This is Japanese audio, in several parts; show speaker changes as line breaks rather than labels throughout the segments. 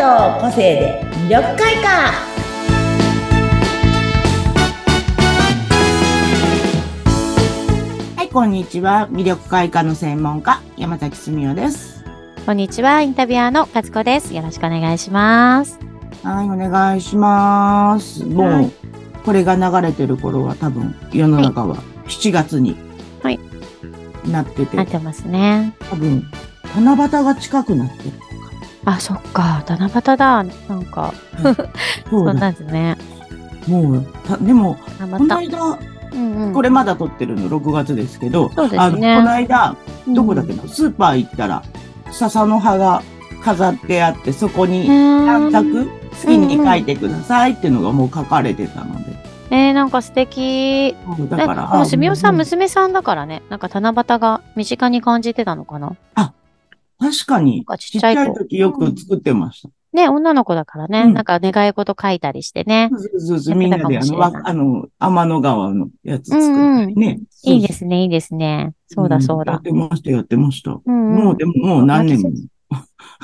の個性で魅力開花はい、こんにちは。魅力開花の専門家、山崎すみおです。
こんにちは、インタビュアーの勝子です。よろしくお願いします。
はい、お願いします。もう、
はい
これが流れてる頃は多分、世の中は7月に、
はい
なってて、
なってますね。
多分、七夕が近くなってる。
あ、そっか、七夕だ。なんか、
そ
そうう
だ。
なんですね。
もう、たでも、
七
この
夕。
間、
うんうん
これまだ撮ってるの、6月ですけど、
そうですね
あの、この間、どこだっけ
ね
な、スーパー行ったら、笹の葉が飾ってあって、そこに、短
え
冊、好きに書いてくださいっていうのがもう書かれてたので。
ー、なんか素敵。
そう
え
だから、
でもしみおさん、
もう
娘さんだからね、なんか七夕が身近に感じてたのかな。
確かに
なん、か
ち
ち
っち
っち
ゃ
ゃ
い
い子
時よく作ってました。
ね、女の子だからね、
うん
なんか願い事書いたりしてね。
そうそうそう、
や
み
っ
ん
て
な
たか
で
も
あの、
しれない
わあの、天の川のやつ作ったりね。。
いいですすね、いいですね。そうだ、そう
やっ
だ。
てました、やってました。
うんうん
もう、でも、もう何年も。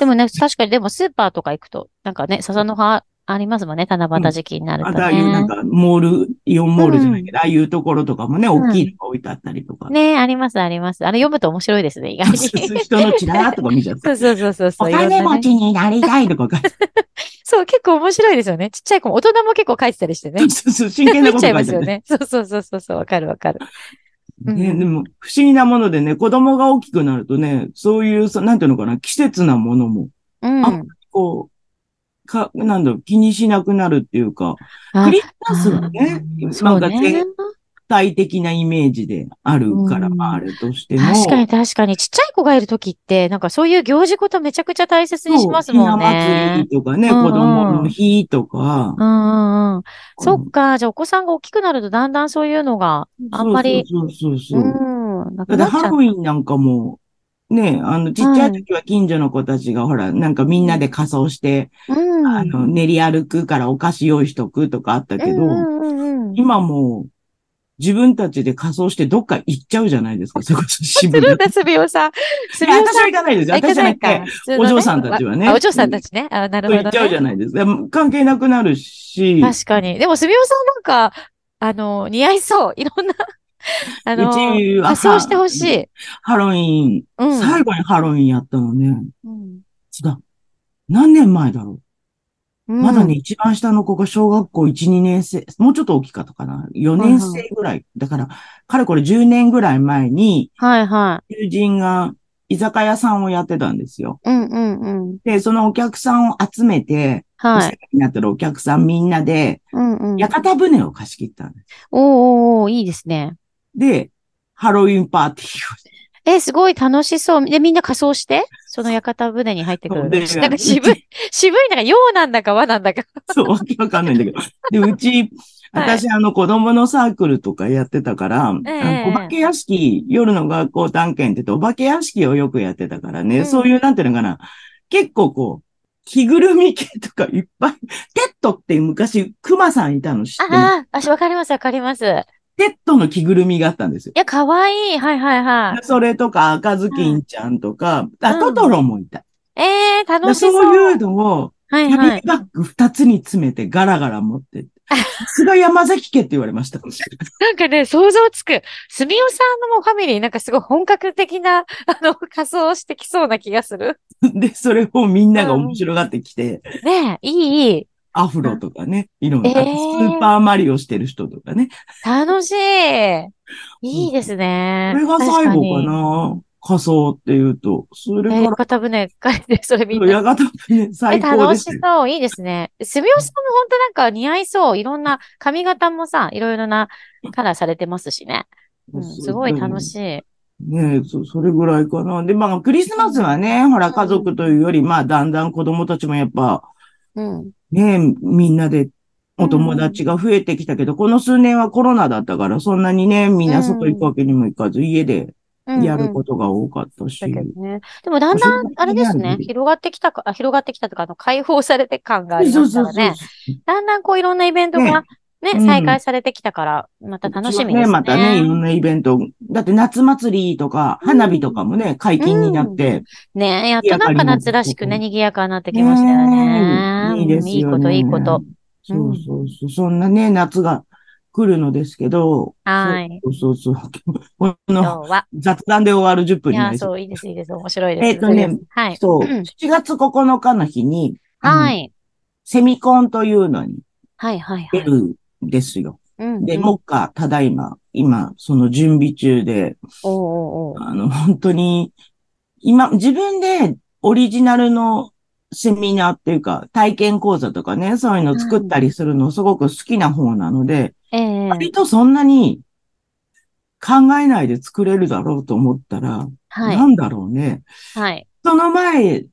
でもね、確かに、でもスーパーとか行くと、なんかね、笹の葉ありますもんね、七夕時期になる
あ
と
ああいうなん
ね。
か、モール、イオンモールじゃないけど、ああいうところとかもね、大きいのが置いてあったりとか。
ねあります、あります。あれ読むと面白いですね、意 外
そうそ
に。
うそう人のチラーとか見ちゃった
そう。そうそうそうそ
お
う。いろん
金
な
持
ね
ちになりたいとか書いて
そう、結構面白いですよね。ちっちゃい子も、大人も結構書いてたりしてね。
そうそう、真剣なこと
見ち
書
ゃ
い
い
てあ
ま
る
すよね。そうそうそうそうそう、わかるわかる。うん
ね、でも、不思議なものでね、子供が大きくなるとね、そういう、そなんていうのかな、季節なものも、
うん。
あこう、か、なんだろう、気にしなくなるっていうか、
あ
クリスマスはね、
うん
な
そ
ん
う
か
ね
全。体的なイメージであるから、
うん
まああれとしても。
確かに確かに。ちっちゃい子がいるときって、なんかそういう行事ことめちゃくちゃ大切にしますもん
そうひな祭
ね。
りとかね、
うんう
子
ん
供の日とか
う。んうんうん。そっか。じゃあお子さんが大きくなるとだんだんそういうのが、あんまり
そうそうそうそうう。
ん、な
だ
く
って
なっちゃ
ハ
う。
ロウィンなんかも、ね、あの、ちっちゃい時は近所の子たちが、ほら、なんかみんなで仮装して、
うん。
あの、練り歩くからお菓子用意しとくとかあったけど、
うんうんうんうん。
今もう、自分たちで仮装してどっか行っちゃうじゃないです か、それこそ
す
渋谷。
るんだ、すみおさん。す
い
み
や
お
私
さ
は
ん。
行かないですよ。
あ行
私
か
じゃ
な
ないくて
か。、普通の
お
ね
嬢さんたちはね
あお嬢さんたちね。あ、なるほ
行
ど
っちゃうじ
ね。
ゃないですか。関係なくなるし、
確かに。でも、すみおさんなんか、あの、似合いそう。いろんな、 あの、
ちは
仮装してほしい。
ハロウィン、
うん。
最後にハロウィンやったのね。
うん
そうだ。何年前だろう
うん
まだね、一番下の子が小学校1、2年生、もうちょっと大きかったかな。4年生ぐらい。だから、かれこれ10年ぐらい前に、
はいは
友人が居酒屋さんをやってたんですよ。
い。うんうんうん。
で、そのお客さんを集めて、お世
は
話
い。
になってるお客さんみんなで、
うんうん。
屋形船を貸し切ったんです。
おーおーおーいいですね。
で、ハロウィンパーティーをし
え、すごい楽しそう。で、みんな仮装して、その屋形船に入ってくる。
そうで
なんか渋い、渋い、なんか、ようなんだか和なんだか。
そう、わけわかんないんだけど。で、うち、
はい
私、あの、子供のサークルとかやってたから、あ
ええ
のお化け屋敷、夜の学校探検って言って、お化け屋敷をよくやってたからね、
うん
そういう、なんていうのかな、結構こう、着ぐるみ系とかいっぱい、テッドって昔、熊さんいたの知ってる
ああ、私わかります、わかります。い
テッドの着ぐるみがあったんですよ。
や、かわいい。はいはいはい。
それとか、赤ずきんちゃんとか、あ、
うん
トトロもいた。
ええー、
で
楽しそう。
そういうのを、
は
キ
い
ャ
は
ビ
い
ン。バッグ二つに詰めてガラガラ持 ってって。さすが山崎家って言われました。
なんかね、想像つく。すみおさんのもうファミリー、なんかすごい本格的な、あ の、仮装をしてきそうな気がする。
で、それをみんなが面白がってきて、
ねえ、いい、いい。
アフロとかね、いろんな、
え
あとス
ー
ーパーマリオしてる人とかね。
楽しい。いいですね
こ。れが最
確
後か
に。
な仮装っていうと。それ
え
か
ー、片舟書いて、それみん
ら、
な。
やがたね、
え、
最高
楽
で
し
すよ。
そう。いいですね。すみおさんも本当なんか似合いそう。いろんな、髪型もさ、いろいろなカラーされてますしね。うん、すごい楽し
い。
い。
ねそ、それぐらいかな。で、まあ、クリスマスはね、ほら、家族というより、まあ、だんだん子供たちもやっぱ、
うん。
ね、みんなでお友達が増えてきたけど、この数年はコロナだったから、そんなにね、みんな外行くわけにもいかず、家で
うん
やる
うん
ことが多かったし。
だけどね。でもだんだん、あれですね、広がってきたか、あ広がってきたというか、あの、解放されて感があり
そ
ま
う
すか
そう
ら
そう
ね。だんだんこういろんなイベント
ね
がね、
うん
再開されてきたから、また楽しみですね。
またね、いろんなイベント。だって夏祭りとか、花火とかもね、解禁になって。
ねやっとなんか夏らしくね、賑やかになってきましたよね。
ねいいですよ、ね。
うんいいこと、いいこと。。
そうそうそう。そんなね、夏が来るのですけど。
はい。
そうそうそう。この
今日は。
雑談で終わる10分
い
にな
や、
りそう。
そう、いいです、いいです。面白いです。
えっとね
はい。
そう。
うん
7月9日の日に、
は
あの
い。
セミコンというのに
はい、はい、は
出
い。
るんですよ。
うん
で、
うん
もっか、ただいま、今、その準備中で、
おうおうおう
あの、本当に、今、自分でオリジナルのセミナーっていうか、体験講座とかね、そういうの作ったりするのすごく好きな方なので、
ええ
割とそんなに考えないで作れるだろうと思ったら、
はい
な。んだろうね。
はい。
その前、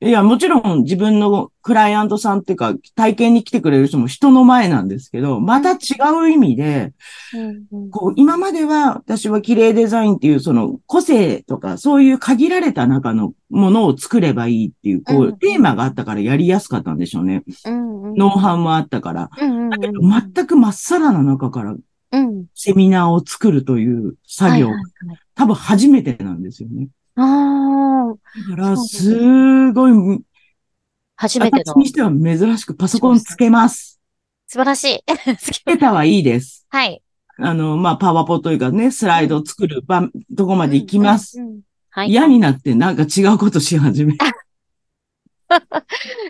いや、もちろん自分のクライアントさんっていうか、体験に来てくれる人も人の前なんですけど、また違う意味で、
うんうん
こう、今までは私は綺麗デザインっていうその個性とかそういう限られた中のものを作ればいいっていう、こ
うん
う、テーマがあったからやりやすかったんでしょうね。
うんうん
ノウハウもあったから。
うんうん
だけど、
うん
全くまっさらな中から
うん。
セミナーを作るという作
はい
業
はい、はい
多分初めてなんですよね。
ああ、
だから、すごい、
初めて
私
の。
にしては珍しくパソコンつけます。
素晴らしい。
つけたはいいです。
はい。
あの、まあ、パワポというかね、スライド作る場、どこまで行きます。
うん。うんはい。
嫌になってなんか違うことし始 める。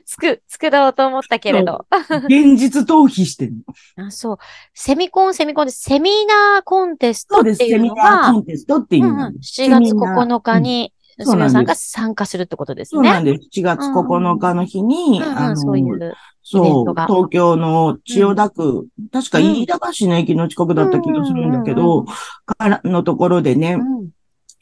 つく、作ろうと思ったけれど。
現実逃避してる。
あ、そう。セミコン、セミコンで、セミナーコンテスト
そう
っ
です。
てい
セ
う
ミ
の
ナー
が、
コンテストっていううんの
う
が
ん、4月9日に、
うん
す
そう
み
な
れ
ん
さん
で
が参加するってことです
そう
ね。
なんです。4月9日の日に、
うんうん
あの、
そういう。
そ
イベント
う
が、
東京の千代田区、確か飯田橋の駅の近くだった気がするんだけど、からのところでね、
うん、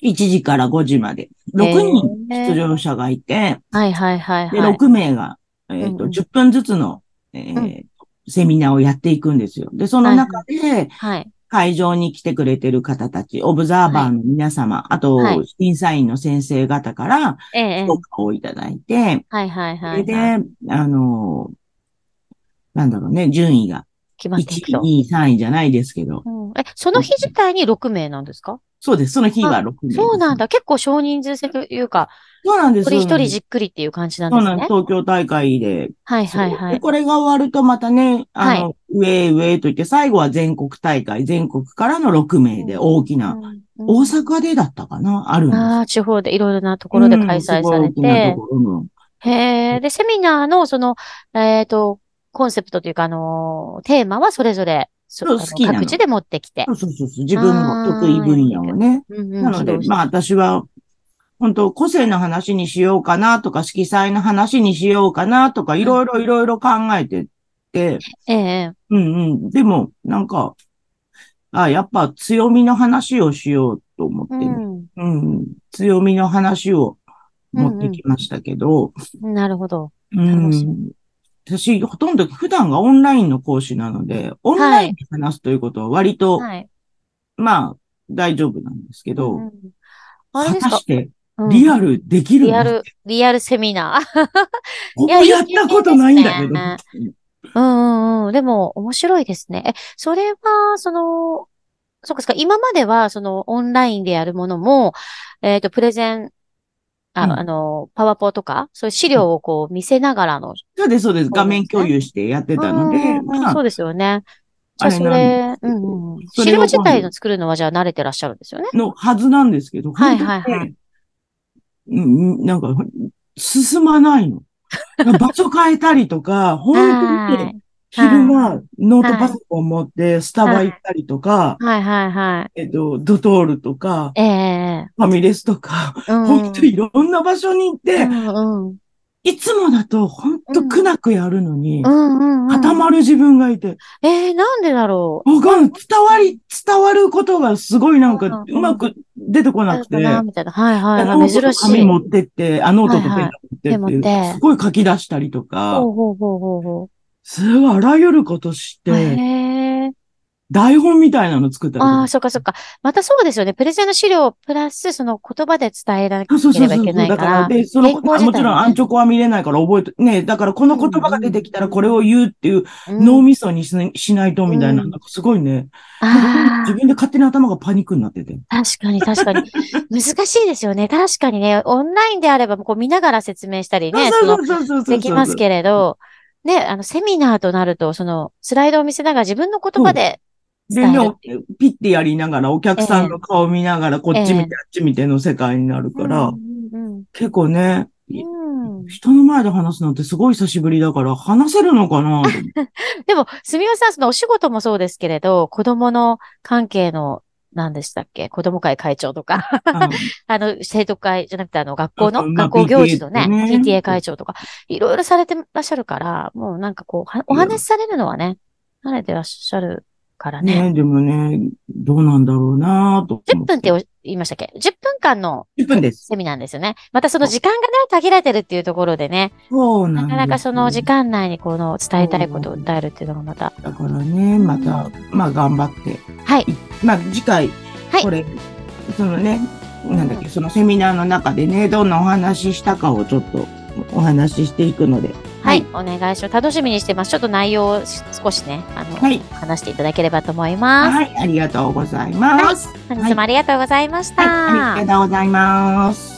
1時から5時まで、6人出場者がいて、
はいはいはい
で、
はい。
6名が、えっ、
うん
と、
うん
10分ずつの、えー
うん
セミナーをやっていくんですよ。で、その中で、
はい。
会場に来てくれてる方たち、オブザーバーの皆様、あ
はい
と、審査員の先生方から、
ええええ
評価をいただいて、
はいはいは
そ
い
れで、
はい。
あの、なんだろうね、順位が
決まってい
1
くと。
位、2位、3位じゃないですけど、
うん、え、その日自体に6名なんですか
そうです、その日が6名。
そうなん
だ。
だ。結構少人数制というか、
そうなんで
一
す。
人一
そ
人じっくりっていう感じなん
う
です
なんです。
ね。
東京大会で。
はいはいは
で
い。
これが終わるとまたね、あの、上へ上へといって、最後は全国大会、全国からの6名で大きな、大
阪
阪でだったかなあるんです。
ああ、地方でいろいろなところで開催され
うんすごい大きな
て
と、ころの
へえ、で、セミナーの、その、えっと、コンセプトというか、あのー、テーマはそれぞれ、そ
そう
あの
好きなの
各地で持ってきて
そ。うそうそうそう。自分の得意分野をね。
うんうん
なので
そう、
まあ私は、本当個性の話にしようかなとか、色彩の話にしようかなとか、いろいろいろいろ考えてって、
ええ、
うんうん。でも、なんか、あやっぱ強みの話をしようと思って
う
ね、
ん、
うん、強みの話を持ってきましたけど、
なるほど。
うん
楽し
私、ほとんど普段がオンラインの講師なので、オンラインで話すということは割と、
はい。
まあ、大丈夫なんですけど、
うんあれです
果た
か
して、
うん
リアルできる
リ
の、
アル、リアルセミナー。
ここ
いや
やったことないんだけど。
い うんうんうん。でも、面白いですね。え、それは、その、そうかそうか、今までは、その、オンラインでやるものも、えっと、プレゼン、あ、
うん
あの、パワポとか、そういう資料をこう、見せながらの。
そうです、そうです。
そうですね
画面共有してやってたので、
うんうんうん
まあ
そうですよね。じゃ
あ
あ、
れ
そ
なん
れ
で、すけ
う
ど
んうん。
そ
資
れを
料自体の作るのは、じゃあ、慣れてらっしゃるんですよね。
のはずなんですけど、
はいはい
本
はい
当にねうん、なんか、進まない の。場所変えたりとか、本当
は
に
い。
昼間、ノートパソコン持って、スタバ行ったりとか、
はいはいはい。
えっと、ドトールとか、
ええ
ファミレスとか、
うんうん
本当いろんな場所に行って
う、んうん。
いつもだと本当苦なくやるのに
う、んうんうん。
固まる自分がいて、
ええなんでだろう。
わかんない伝わり、伝わることがすごいなんか、
うん
うまく出てこなくて、
なみたいな。はいはい
あ
は
ノー
い。
ト
珍
と
し
紙
い。
持ってって、あ、ノートとペン
はいはい
持ってっ
ペン持って
て、すごい書き出したりとか
ほ、うほうほうほうほ
すごいあらゆることし
う。へ
て、
え。
台本みたいなの作ったりとか
ああ、そっかそっか。またそうですよね。プレゼンの資料、プラス、その言葉で伝えられな
そうそうそ
け
う
れば
そ。
いうけない
だ
か
から、
ら。
で、その、
原稿
あ
自体
もちろん
もね
アンチョコは見れないから覚えて、ね、だからこの言葉が出てきたらこれを言うっていう脳みそにしなしないとみたいな、
うん
なんかすごいね。
うんあ
自
あ、
分で勝手に頭がパニックになってて。
確かに確かに。難しいですよね。確かにね、オンラインであれば、こう見ながら説明したりね、その、
そうそうそうそうそうそう。
できますけれど、ね、あの、セミナーとなると、その、スライドを見せながら自分の言葉で
で
伝える
ね。ピッてやりながら、お客さんの顔見ながら、こっち見て、あっち見ての世界になるから、
うん
結構ね、
うんうん
人の前で話すなんてすごい久しぶりだから、話せるのかなと思 って
でも、すみません、そのお仕事もそうですけれど、子供の関係の、何でしたっけ子供会会長とか、
あの
あの、生徒会じゃなくて、あの、学校
あ
の、
まあ
学校行事のね
PTA と、ね
PTA 会長とか、いろいろされてらっしゃるから、もうなんかこう、はお話しされるのはね、慣れてらっしゃるからね。
ね、でもね、どうなんだろうなと
10
思
分ってお言いましたっけ ?10 分間の
10分です。
セミナーですよね。またその時間がね、限られてるっていうところでね、
そうな
なん
です
か
よ
なかその時間内にこの伝えたいことを訴えるっていうのがまた、
だからね、また、まあ頑張って。
はい。
まあ次回、
はい
これ、そのね、なんだっけ、そのセミナーの中でね、どんなお話ししたかをちょっとお話ししていくので。
はい、お願いします。楽しみにしてます。ちょっと内容をし少しね、あの、
はい。
話していただければと思います。
はい、ありがとうございます。
本日もありがとうございました。
はい、ありがとうございます。